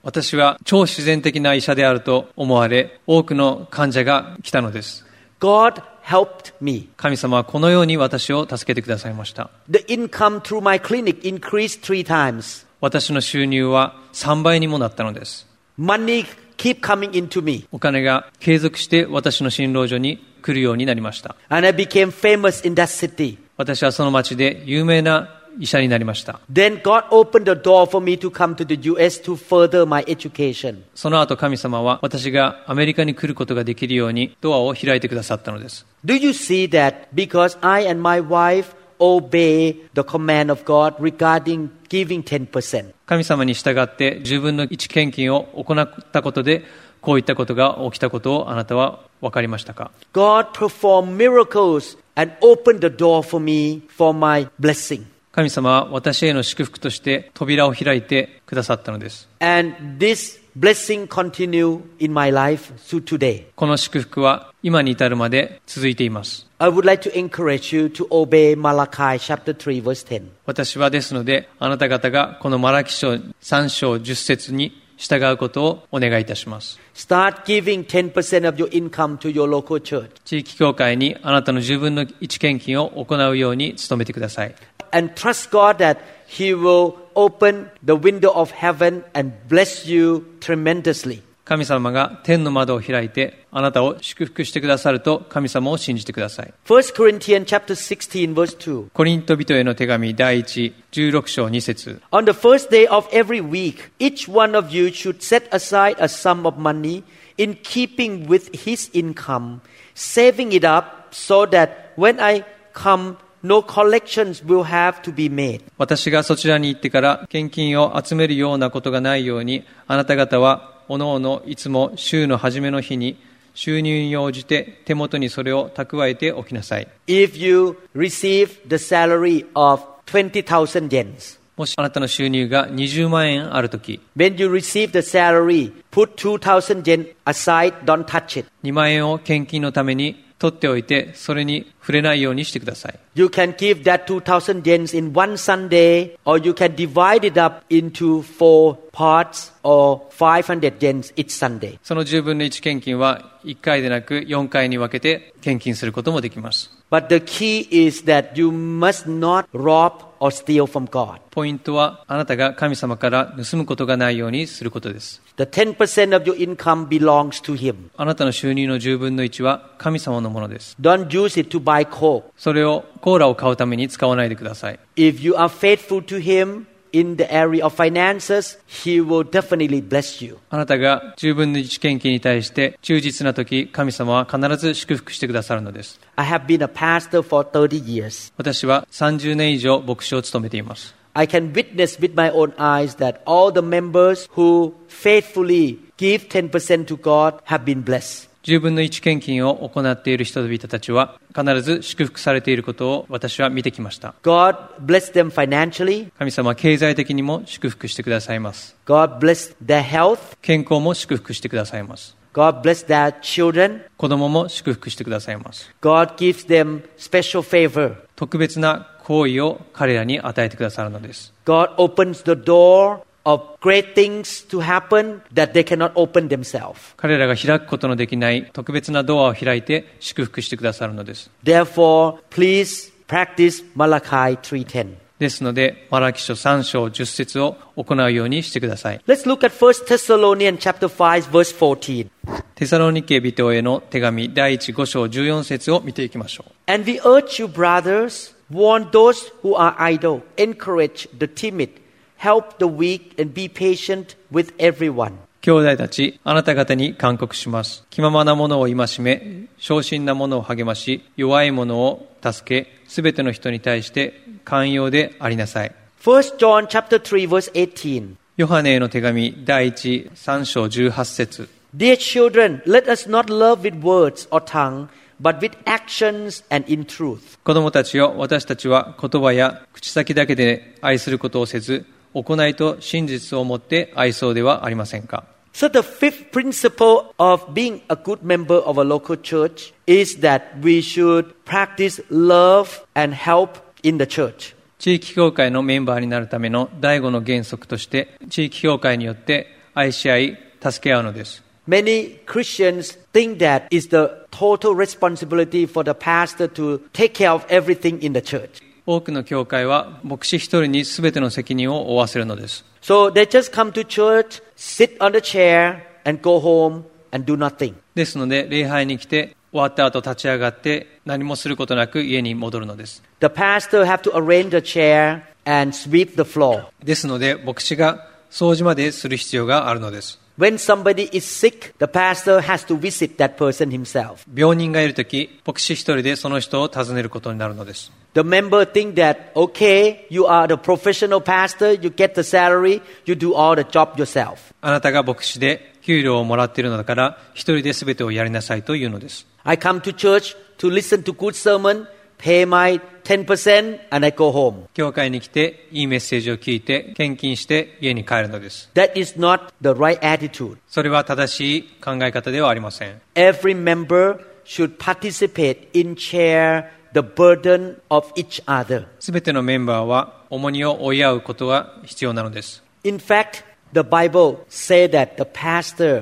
Speaker 3: 私は超自然的な医者であると思われ、多くの患者が来たのです。
Speaker 2: God helped me.
Speaker 3: 神様はこのように私を助けてくださいました。
Speaker 2: The income through my clinic increased three times.
Speaker 3: 私の収入は3倍にもなったのです。
Speaker 2: Money keep coming into me.
Speaker 3: お金が継続して私の診療所に来るようになりました。
Speaker 2: And I became famous in that city.
Speaker 3: 私はその町で有名な医者になりました。
Speaker 2: Then God opened the door for me to come to the US to further my education.
Speaker 3: その後神様は私がアメリカに来ることができるようにドアを開いてくださったのです。
Speaker 2: Do you see that because I and my wife obey the command of God regarding giving 10%?
Speaker 3: 神様に従って自分の一献金を行ったことでこういったことが起きたことをあなたは分かりましたか
Speaker 2: God performed miracles and opened the door for me for my blessing.
Speaker 3: 神様は私への祝福として扉を開いてくださったのです。
Speaker 2: And this blessing continue in my life to today.
Speaker 3: この祝福は今に至るまで続いています。
Speaker 2: I would like to encourage you to obey Malachi chapter 3 verse 10.
Speaker 3: 私はですのであなた方がこのマラキ書3章10節に従うことをお願いいたします。
Speaker 2: Start giving 10% of your income to your local church
Speaker 3: 地域協会にあなたの十分の一献金を行うように努めてください。
Speaker 2: and trust God that He will open the window of heaven and bless you tremendously.
Speaker 3: 神様が天の窓を開いてあなたを祝福してくださると神様を信じてください。
Speaker 2: 1 Corinthians chapter 16 verse 2.
Speaker 3: コリント人への手紙第1、16章2節
Speaker 2: On the first day of every week, each one of you should set aside a sum of money in keeping with his income, saving it up so that when I come, no collections will have to be made.
Speaker 3: 私がそちらに行ってから献金を集めるようなことがないようにあなた方はおのおのいつも週の初めの日に収入に応じて手元にそれを蓄えておきなさい。
Speaker 2: If you receive the salary of 20,000 yen,
Speaker 3: もしあなたの収入が20万円あるとき、
Speaker 2: when you receive the salary, put 2,000 yen aside, don't touch it.
Speaker 3: 2万円を献金のために取っておいてそれに触れないようにしてください
Speaker 2: You can give that 2,000 yen in one Sunday, or you can divide it up into four parts or 500 yen each Sunday.
Speaker 3: その10分の1献金は1回でなく4回に分けて献金することもできます
Speaker 2: But the key is that you must not rob or steal from God.
Speaker 3: ポイントはあなたが神様から盗むことがないようにすることです
Speaker 2: The 10% of your income belongs to Him.
Speaker 3: あなたの収入の10分の1は神様のものです
Speaker 2: Don't use it to buy coke.
Speaker 3: それをコーラを買うために使わないでください
Speaker 2: If you are faithful to Him in the area of finances, He will definitely bless you.
Speaker 3: あなたが10分の1献金に対して忠実な時神様は必ず祝福してくださるのです
Speaker 2: I have been a pastor for 30 years.
Speaker 3: 私は30年以上牧師を務めています
Speaker 2: I can witness with my own eyes that all the members who faithfully give 10% to God have been blessed.
Speaker 3: 10分の1献金を行っている人々たちは必ず祝福されていることを私は見てきました
Speaker 2: God bless them financially.
Speaker 3: 神様は経済的にも祝福してくださいます
Speaker 2: God bless their health.
Speaker 3: 健康も祝福してくださいます
Speaker 2: God bless their children.
Speaker 3: 子供も祝福してくださいます
Speaker 2: God gives them special favor.
Speaker 3: 特別な行為を彼らに与えてくださるのです
Speaker 2: God opens the door of great things to happen that they cannot open themselves.
Speaker 3: 彼らが開くことのできない特別なドアを開いて祝福してくださるのです
Speaker 2: Therefore, please practice Malachi 3:10.
Speaker 3: ですのでマラキ書3章10節を行うようにしてください
Speaker 2: Let's look at 1 Thessalonians chapter 5 verse 14.
Speaker 3: テサロニケ人への手紙第1 5章14節を見ていきましょう
Speaker 2: And we urge you, brothers, warn those who are idle, encourage the timid, help the weak, and be patient with everyone.
Speaker 3: 兄弟たち、あなた方に勧告します。気ままなものを戒め、昇進なものを励まし、弱いものを助け、すべての人に対して寛容でありなさい。
Speaker 2: 1 John chapter 3 verse 18.
Speaker 3: ヨハネへの手紙第1、3章18節
Speaker 2: Dear children, let us not love with words or tongue, but with actions and in truth.
Speaker 3: 子供たちよ、私たちは言葉や口先だけで愛することをせず、行いと真実をもって愛そうではありませんか。
Speaker 2: So the fifth principle of being a good member of a local church is that we should practice love and help in the church.
Speaker 3: 地域協会のメンバーになるための第5の原則として、地域協会によって愛し合い、助け合うのです。
Speaker 2: Many Christians think that it's the total responsibility for the pastor to take care of everything in the church.
Speaker 3: 多くの教会は牧師一人に全ての責任を負わせるのです
Speaker 2: So they just come to church, sit on the chair, and go home and do nothing.
Speaker 3: ですので礼拝に来て終わった後立ち上がって何もすることなく家に戻るのです
Speaker 2: The pastor have to arrange the chair and sweep the floor.
Speaker 3: ですので牧師が掃除までする必要があるのです
Speaker 2: When somebody is sick, the pastor has to visit that person himself.
Speaker 3: 病人がいる時牧師一人でその人を訪ねることになるのです
Speaker 2: The member think that okay, you are the professional pastor, you get the salary, you do all the job yourself.
Speaker 3: あなたが牧師で給料をもらっているのだから一人で全てをやりなさいというのです
Speaker 2: I come to church to listen to good sermon, pay my 10% and I go home.
Speaker 3: 教会に来ていいメッセージを聞いて献金して家に帰るのです
Speaker 2: That is not the right attitude.
Speaker 3: それは正しい考え方ではありません
Speaker 2: Every member should participate in share the burden of each other.
Speaker 3: 全てのメンバーは重荷を追い合うことが必要なのです
Speaker 2: In fact, the Bible say that the pastor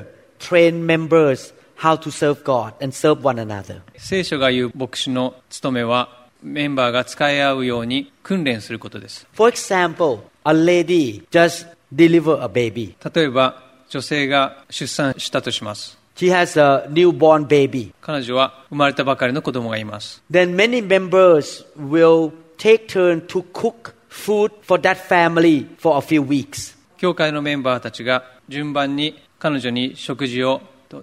Speaker 2: train members how to serve God and serve one another.
Speaker 3: 聖書が言う牧師の務めはメンバーが使い合うように訓練することです
Speaker 2: For example, a lady just deliver a baby.
Speaker 3: 例えば女性が出産したとします
Speaker 2: She has a newborn baby.
Speaker 3: 彼女は生まれたばかりの子供がいます
Speaker 2: Then many members will take turn to cook food for that family for a few weeks.
Speaker 3: 教会のメンバーたちが順番に彼女に食事を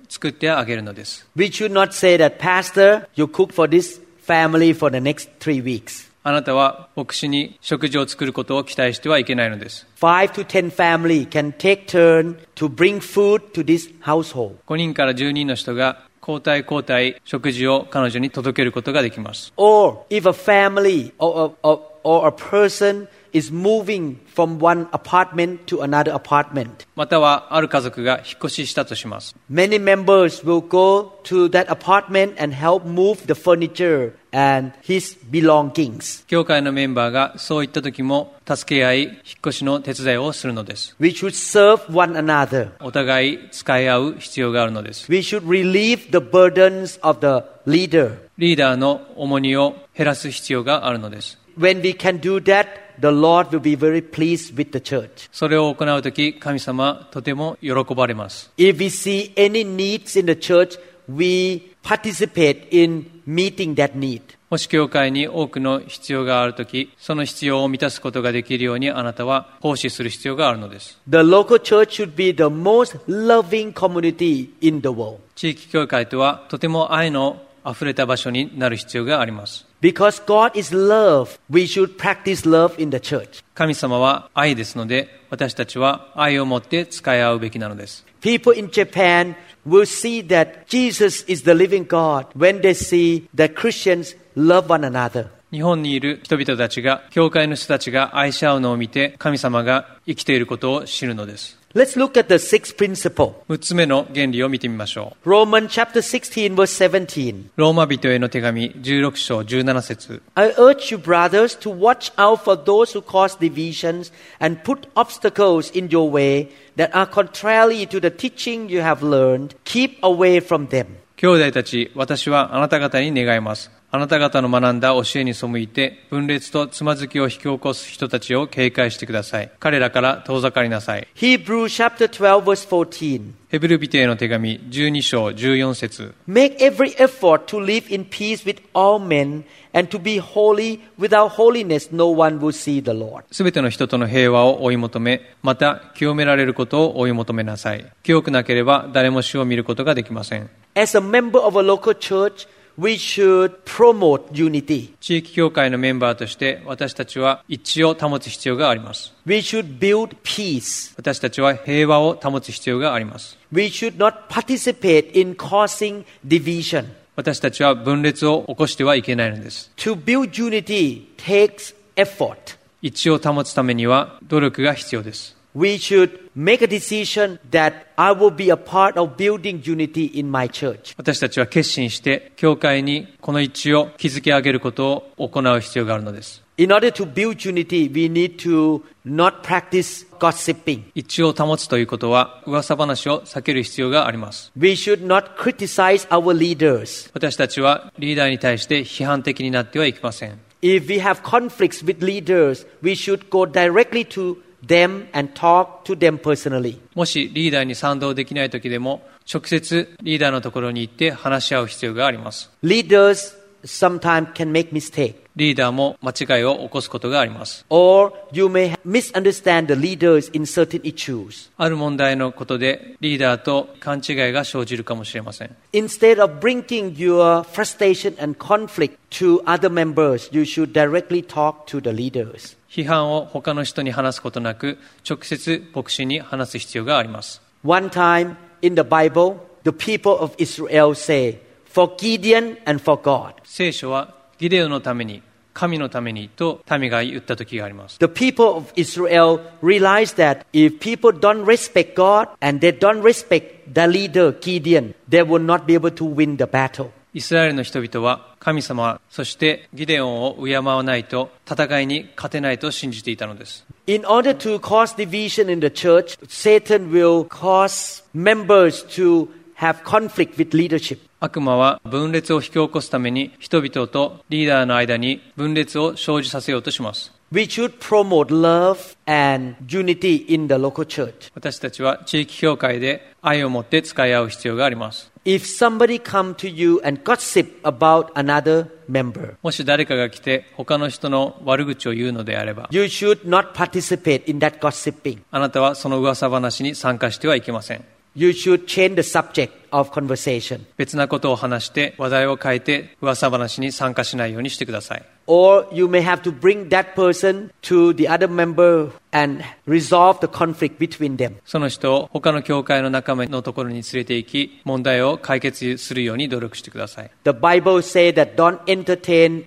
Speaker 3: 作ってあげるのです
Speaker 2: We should not say that, Pastor, you cook for this family for the next three weeks.
Speaker 3: あなたは牧師に食事を作ることを期待してはいけないのです
Speaker 2: Five to ten family can take turn to bring food to this household.
Speaker 3: 5人から10人の人が交代交代食事を彼女に届けることができます
Speaker 2: Or if a family or, or, or, or a person is moving from one apartment to another apartment,
Speaker 3: またはある家族が引っ越ししたとします
Speaker 2: Many members will go to that apartment and help move the furniture and his belongings.
Speaker 3: 教会のメンバーがそういった時も助け合い引っ越しの手伝いをするのです
Speaker 2: We should serve one another.
Speaker 3: お互い使い合う必要があるのです
Speaker 2: We should relieve the burdens of the leader.
Speaker 3: リーダーの重荷を減らす必要があるのです
Speaker 2: When we can do that, the Lord will be very pleased with the church.
Speaker 3: それを行う時神様はとても喜ばれます
Speaker 2: If we see any needs in the church, we participate in meeting that need.
Speaker 3: もし教会に多くの必要がある時その必要を満たすことができるようにあなたは奉仕する必要があるのです
Speaker 2: The local church should be the most loving community in the world.
Speaker 3: 地域教会とはとても愛のあふれた場所になる必要があります
Speaker 2: Because God is love, we should practice love in the church.
Speaker 3: 神様は愛ですので私たちは愛を持って使い合うべきなのです
Speaker 2: People in Japan will see that Jesus is the living God when they see that Christians love one another.
Speaker 3: 日本にいる人々たちが教会の人たちが愛し合うのを見て神様が生きていることを知るのです
Speaker 2: Let's look at the sixth principle.
Speaker 3: 6つ目の原理を見てみましょう
Speaker 2: Romans chapter 16 verse 17.
Speaker 3: ローマ人への手紙16章17節
Speaker 2: I urge you brothers to watch out for those who cause divisions and put obstacles in your way that are contrary to the teaching you have learned. Keep away from them.
Speaker 3: 兄弟たち私はあなた方に願いますあなた方の学んだ教えに背いて分裂とつまずきを引き起こす人たちを警戒してください彼らから遠ざかりなさい
Speaker 2: Hebrews chapter 12 verse 14.
Speaker 3: ヘブルビテへの手紙12章14節
Speaker 2: Make every effort to live in peace with all men and to be holy. Without holiness, no one will see the Lord.
Speaker 3: すべての人との平和を追い求め、また清められることを追い求めなさい。清くなければ誰も死を見ることができません。
Speaker 2: As a member of a local church, we should promote unity.
Speaker 3: 地域協会のメンバーとして私たちは一致を保つ必要があります。
Speaker 2: We should build peace.
Speaker 3: 私たちは平和を保つ必要があります。
Speaker 2: We should not participate in causing division.
Speaker 3: 私たちは分裂を起こしてはいけないのです。
Speaker 2: To build unity takes effort.
Speaker 3: 一致を保つためには努力が必要です。
Speaker 2: We should make a decision that I will be a part of building unity in my church.
Speaker 3: 私たちは決心して、教会にこの一致を築き上げることを行う必要があるのです。
Speaker 2: In order to build unity, we need to not practice gossiping.
Speaker 3: 一致を保つということは噂話を避ける必要があります。
Speaker 2: We should not criticize our leaders.
Speaker 3: 私たちはリーダーに対して批判的になってはいけません
Speaker 2: If we have conflicts with leaders, we should go directly to them and talk to them personally.
Speaker 3: もしリーダーに賛同できない時でも直接リーダーのところに行って話し合う必要があります
Speaker 2: Leaders sometimes can make mistakes.
Speaker 3: リリーダーも間違いを起こすことがあります。
Speaker 2: Or you may misunderstand the leaders in certain issues.
Speaker 3: ある問題のことでリーダーと勘違いが生じるかもしれません。
Speaker 2: Instead of bringing your frustration and conflict to other members, you should directly talk to the leaders.
Speaker 3: 批判を他の人に話すことなく、直接牧師に話す必要があります。
Speaker 2: One time in the Bible, the people of Israel say, For Gideon and for God.
Speaker 3: 聖書はギデオのために、神のためにと民が言った時があります。
Speaker 2: The people of Israel realized that if people don't respect God and they don't respect the leader, Gideon, they will not be able to win the battle.
Speaker 3: イスラエルの人々は神様、そしてギデオンを敬わないと戦いに勝てないと信じていたのです。
Speaker 2: In order to cause division in the church, Satan will cause members to have conflict with leadership.
Speaker 3: 悪魔は分裂を引き起こすために人々とリーダーの間に分裂を生じさせようとします。
Speaker 2: We should promote love and unity in the local church.
Speaker 3: 私たちは地域協会で愛を持って使い合う必要があります。
Speaker 2: If somebody come to you and gossip about another member,
Speaker 3: もし誰かが来て他の人の悪口を言うのであれば、
Speaker 2: you should not participate in that gossiping.
Speaker 3: あなたはその噂話に参加してはいけません。
Speaker 2: You should change the subject of conversation.
Speaker 3: 別なことを話して話題を変えて噂話に参加しないようにしてください。
Speaker 2: Or you may have to bring that person to the other member and resolve the conflict between them.
Speaker 3: その人を他の教会の仲間のところに連れて行き、問題を解決するように努力してください。
Speaker 2: The Bible says that don't entertain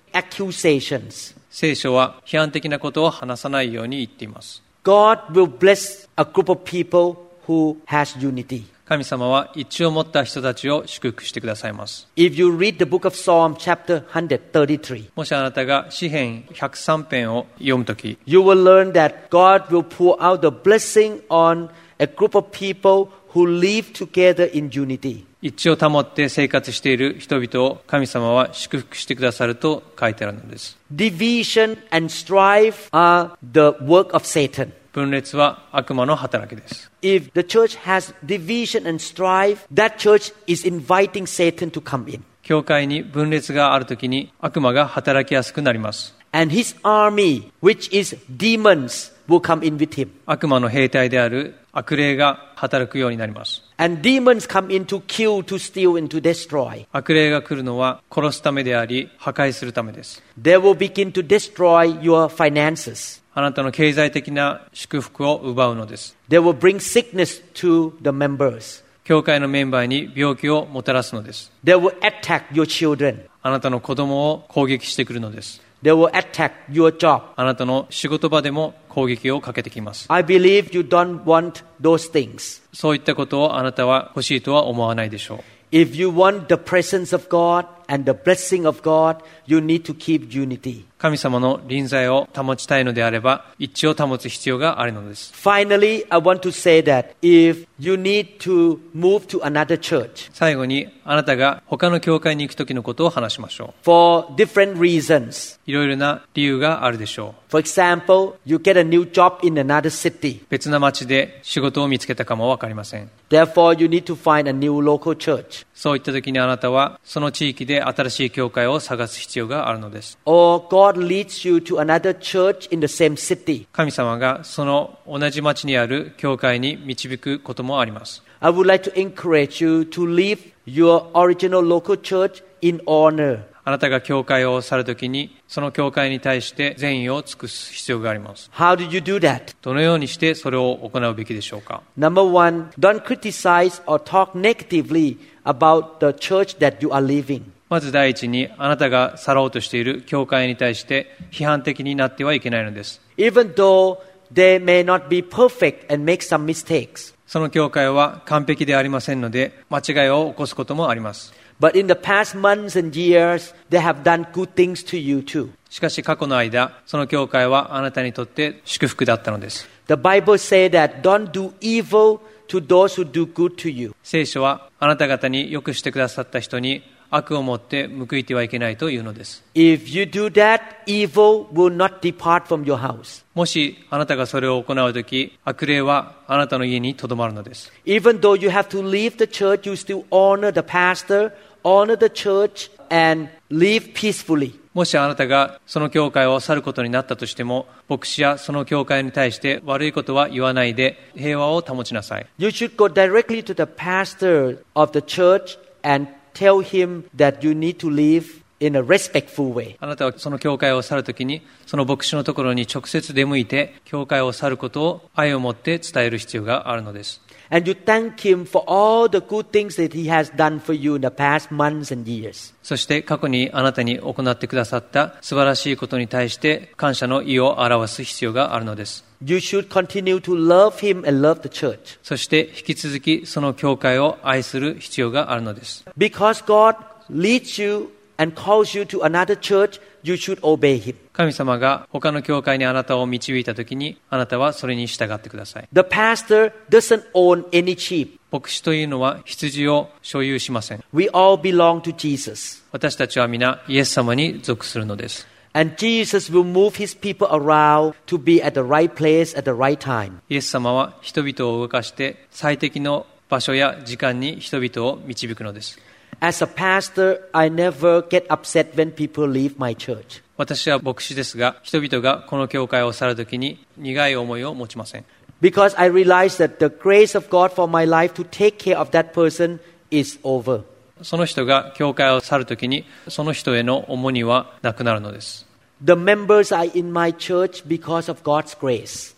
Speaker 2: accusations.
Speaker 3: 聖書は批判的なことを話さないように言っています。
Speaker 2: God will bless a group of people who has unity.
Speaker 3: 神様は一致を持った人たちを祝福してくださいます。
Speaker 2: If you read the book of Psalm chapter 133,
Speaker 3: もしあなたが詩編103編を読むとき、
Speaker 2: you will learn that God will pour out the blessing on a group of people who live together in unity.
Speaker 3: 一致を保って生活している人々を神様は祝福してくださると書いてあるのです。
Speaker 2: Division and strife are the work of Satan.
Speaker 3: 分裂は悪魔の働きです。
Speaker 2: If the church has division and strife, that church is inviting Satan to come in.
Speaker 3: 教会に分裂があるときに悪魔が働きやすくなります。
Speaker 2: And his army, which is demons, will come in with him.
Speaker 3: 悪魔の兵隊である悪霊が働くようになります。
Speaker 2: And demons come in to kill, to steal, and to destroy.
Speaker 3: 悪霊が来るのは殺すためであり破壊するためです。
Speaker 2: They will begin to destroy your finances.
Speaker 3: あなたの経済的な祝福を奪うのです。
Speaker 2: They will bring sickness to the members.
Speaker 3: 教会のメンバーに病気をもたらすのです。
Speaker 2: They will attack your children.
Speaker 3: あなたの子供を攻撃してくるのです。
Speaker 2: They will attack your job.
Speaker 3: あなたの仕事場でも攻撃をかけてきます。
Speaker 2: I believe you don't want those things.
Speaker 3: そういったことをあなたは欲しいとは思わないでしょう。
Speaker 2: If you want the presence of God and the blessing of God, you need to keep unity.
Speaker 3: 神様の臨在を保ちたいのであれば、一致を保つ必要があるのです。
Speaker 2: Finally, I want to say that if you need to move to another church
Speaker 3: 最後に、あなたが他の教会に行く時のことを話しましょ
Speaker 2: for different reasons,
Speaker 3: う。いろいろな理由があるでしょう。
Speaker 2: for example, you get a new job in another city,
Speaker 3: 別な町で仕事を見つけたかもわかりません。
Speaker 2: therefore, you need to find a new local church,
Speaker 3: そういった時にあなたは、その地域で新しい教会を探す必要があるのです。
Speaker 2: or God leads you to another church in the same city.
Speaker 3: 神様がその同じ町にある教会に導くこともあります。
Speaker 2: I would like to encourage you to leave your original local church in honor.
Speaker 3: あなたが教会を去るときに、その教会に対して善意を尽くす必要があります。
Speaker 2: How do you do that?
Speaker 3: どのようにしてそれを行うべきでしょうか
Speaker 2: Number one, don't criticize or talk negatively about the church that you are leaving.
Speaker 3: まず第一に、あなたが去ろうとしている教会に対して批判的になってはいけないのです。
Speaker 2: Even though they may not be perfect and make some mistakes.
Speaker 3: その教会は完璧でありませんので、間違いを起こすこともあります。
Speaker 2: But in the past months and years, they have done good things to you too.
Speaker 3: しかし過去の間、その教会はあなたにとって祝福だったのです。
Speaker 2: The Bible says that don't do evil to those who do good to you.
Speaker 3: 聖書はあなた方に良くしてくださった人に悪をもって報いてはいけないというのです。
Speaker 2: If you do that, evil will not depart from your house.
Speaker 3: もしあなたがそれを行うとき、悪霊はあなたの家にとどまるのです。
Speaker 2: Even though you have to leave the church, you still honor the pastor, honor the church, and live peacefully.
Speaker 3: もしあなたがその教会を去ることになったとしても、牧師やその教会に対して悪いことは言わないで、平和を保ちなさい。
Speaker 2: You should go directly to the pastor of the church and tell him that you need to live in a respectful way.
Speaker 3: あなたはその教会を去るときに、その牧師のところに直接出向いて、教会を去ることを愛を持って伝える必要があるのです。
Speaker 2: And you thank him for all the good things that he has done for you in the past months and years.
Speaker 3: そして過去にあなたに行ってくださった素晴らしいことに対して感謝の意を表す必要があるのです。
Speaker 2: You should continue to love him and love the church.
Speaker 3: そして引き続きその教会を愛する必要があるのです。
Speaker 2: Because God leads you and calls you to another church, you should obey him.
Speaker 3: 神様が他の教会にあなたを導いたときにあなたはそれに従ってください。
Speaker 2: The pastor doesn't own any sheep.
Speaker 3: 牧師というのは羊を所有しません。
Speaker 2: We all belong to Jesus.
Speaker 3: 私たちは皆イエス様に属するのです。
Speaker 2: And Jesus will move his people around to be at the right place at the right time.
Speaker 3: イエス様は人々を動かして最適の場所や時間に人々を導くのです。
Speaker 2: As a pastor, I never get upset when people leave my church.
Speaker 3: 私は牧師ですが、人々がこの教会を去るときに苦い思いを持ちません。
Speaker 2: Because I realize that the grace of God for my life to take care of that person is over.
Speaker 3: その人が教会を去るときに、その人への重荷はなくなるのです。
Speaker 2: The members are in my church because of God's grace.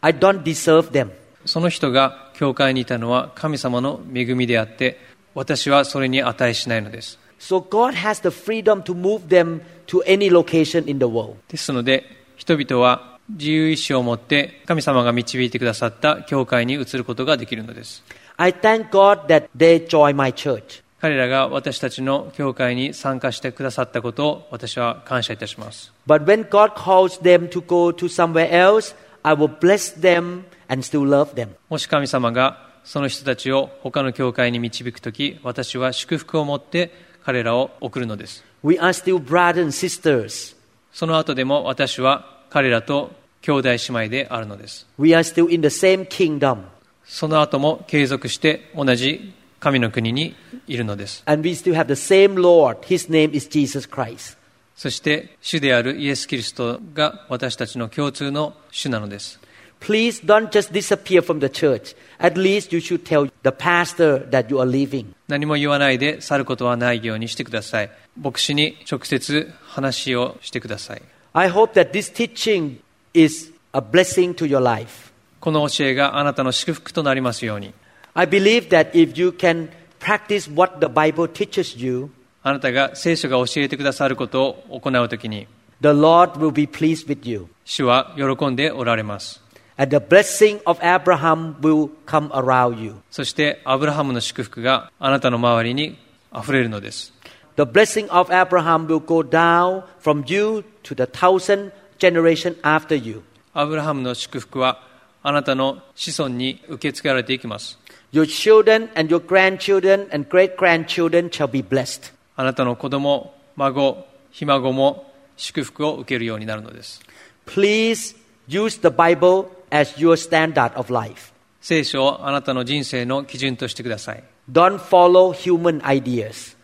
Speaker 2: I don't deserve them.
Speaker 3: その人が教会にいたのは神様の恵みであって、私はそれに値しないのです。
Speaker 2: So God has the freedom to move them to any location in the world.
Speaker 3: ですので、人々は自由意志を持って神様が導いてくださった教会に移ることができるのです。
Speaker 2: I thank God that they join my church.
Speaker 3: 彼らが私たちの教会に参加してくださったことを私は感謝いたします。
Speaker 2: But when God calls them to go to somewhere else, I will bless them and still love them.
Speaker 3: もし神様がその人たちを他の教会に導くとき、私は祝福を持って彼らを送るのです。
Speaker 2: We are still brothers and sisters.
Speaker 3: その後でも私は彼らと兄弟姉妹であるのです。
Speaker 2: We are still in the same kingdom.
Speaker 3: その後も継続して同じ神の国にいるのです。
Speaker 2: And we still have the same Lord. His name is Jesus Christ.
Speaker 3: そして主であるイエス・キリストが私たちの共通の主なのです。
Speaker 2: Please don't just disappear from the church. At least you should tell the pastor that you are leaving.
Speaker 3: 何も言わないで去ることはないようにしてください。牧師に直接話をしてください。
Speaker 2: I hope that this teaching is a blessing to your life.
Speaker 3: この教えがあなたの祝福となりますように。
Speaker 2: I believe that if you can practice what the Bible teaches you,
Speaker 3: あなたが聖書が教えてくださることを行うときに、
Speaker 2: the Lord will be pleased with you.
Speaker 3: 主は喜んでおられます。
Speaker 2: And the blessing of Abraham will come around you.
Speaker 3: そして、アブラハムの祝福があなたの周りに溢れるのです。
Speaker 2: The blessing of Abraham will go down from you to the thousand generation after you.
Speaker 3: アブラハムの祝福はあなたの子孫に受け継がれていきます。
Speaker 2: Your children and your grandchildren and great grandchildren shall be blessed.
Speaker 3: あなたの子供、孫、ひ孫も祝福を受けるようになるのです。
Speaker 2: Please use the Bible as your standard of life.
Speaker 3: 聖書をあなたの人生の基準としてください。
Speaker 2: Don't follow human ideas.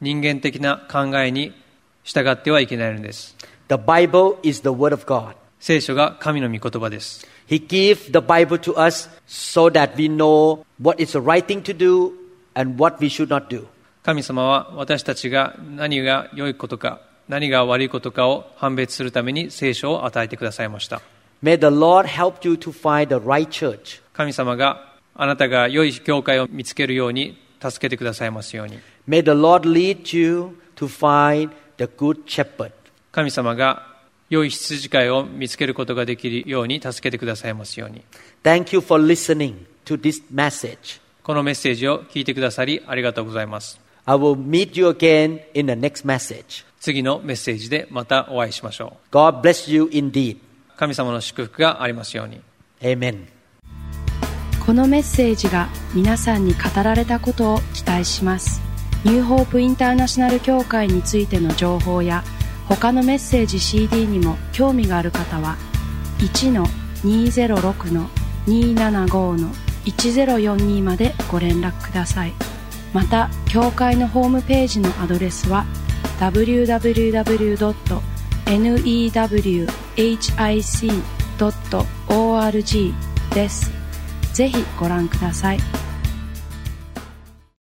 Speaker 3: 人間的な考えに従ってはいけないのです。
Speaker 2: The Bible is the Word of God.
Speaker 3: 聖書が神の御言葉です。
Speaker 2: He gave the Bible to us so that we know what is the right thing to do and what we should not do.
Speaker 3: 神様は私たちが何が良いことか、何が悪いことかを判別するために聖書を与えてくださいました。
Speaker 2: May the Lord help you to find the right church.
Speaker 3: 神様があなたが良い教会を見つけるように助けてくださいますように
Speaker 2: May the Lord lead you to find the good shepherd.
Speaker 3: 神様が良い羊飼いを見つけることができるように助けてくださいますように
Speaker 2: Thank you for listening to this message.
Speaker 3: このメッセージを聞いてくださりありがとうございます
Speaker 2: I will meet you again in the next message.
Speaker 3: 次のメッセージでまたお会いしましょ
Speaker 2: God bless you indeed.
Speaker 3: う神様の祝福がありますように
Speaker 2: Amen.
Speaker 1: このメッセージが皆さんに語られたことを期待しますニューホープインターナショナル協会についての情報や他のメッセージ CD にも興味がある方は1-206-275-1042までご連絡くださいまた協会のホームページのアドレスは www.newhic.org ですぜひご覧ください